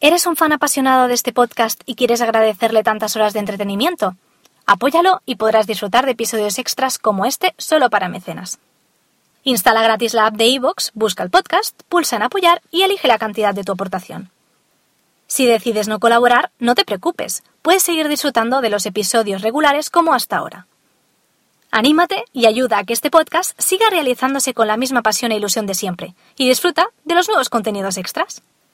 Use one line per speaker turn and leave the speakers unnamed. ¿Eres un fan apasionado de este podcast y quieres agradecerle tantas horas de entretenimiento? Apóyalo y podrás disfrutar de episodios extras como este solo para mecenas. Instala gratis la app de iVoox, busca el podcast, pulsa en apoyar y elige la cantidad de tu aportación. Si decides no colaborar, no te preocupes, puedes seguir disfrutando de los episodios regulares como hasta ahora. Anímate y ayuda a que este podcast siga realizándose con la misma pasión e ilusión de siempre, y disfruta de los nuevos contenidos extras.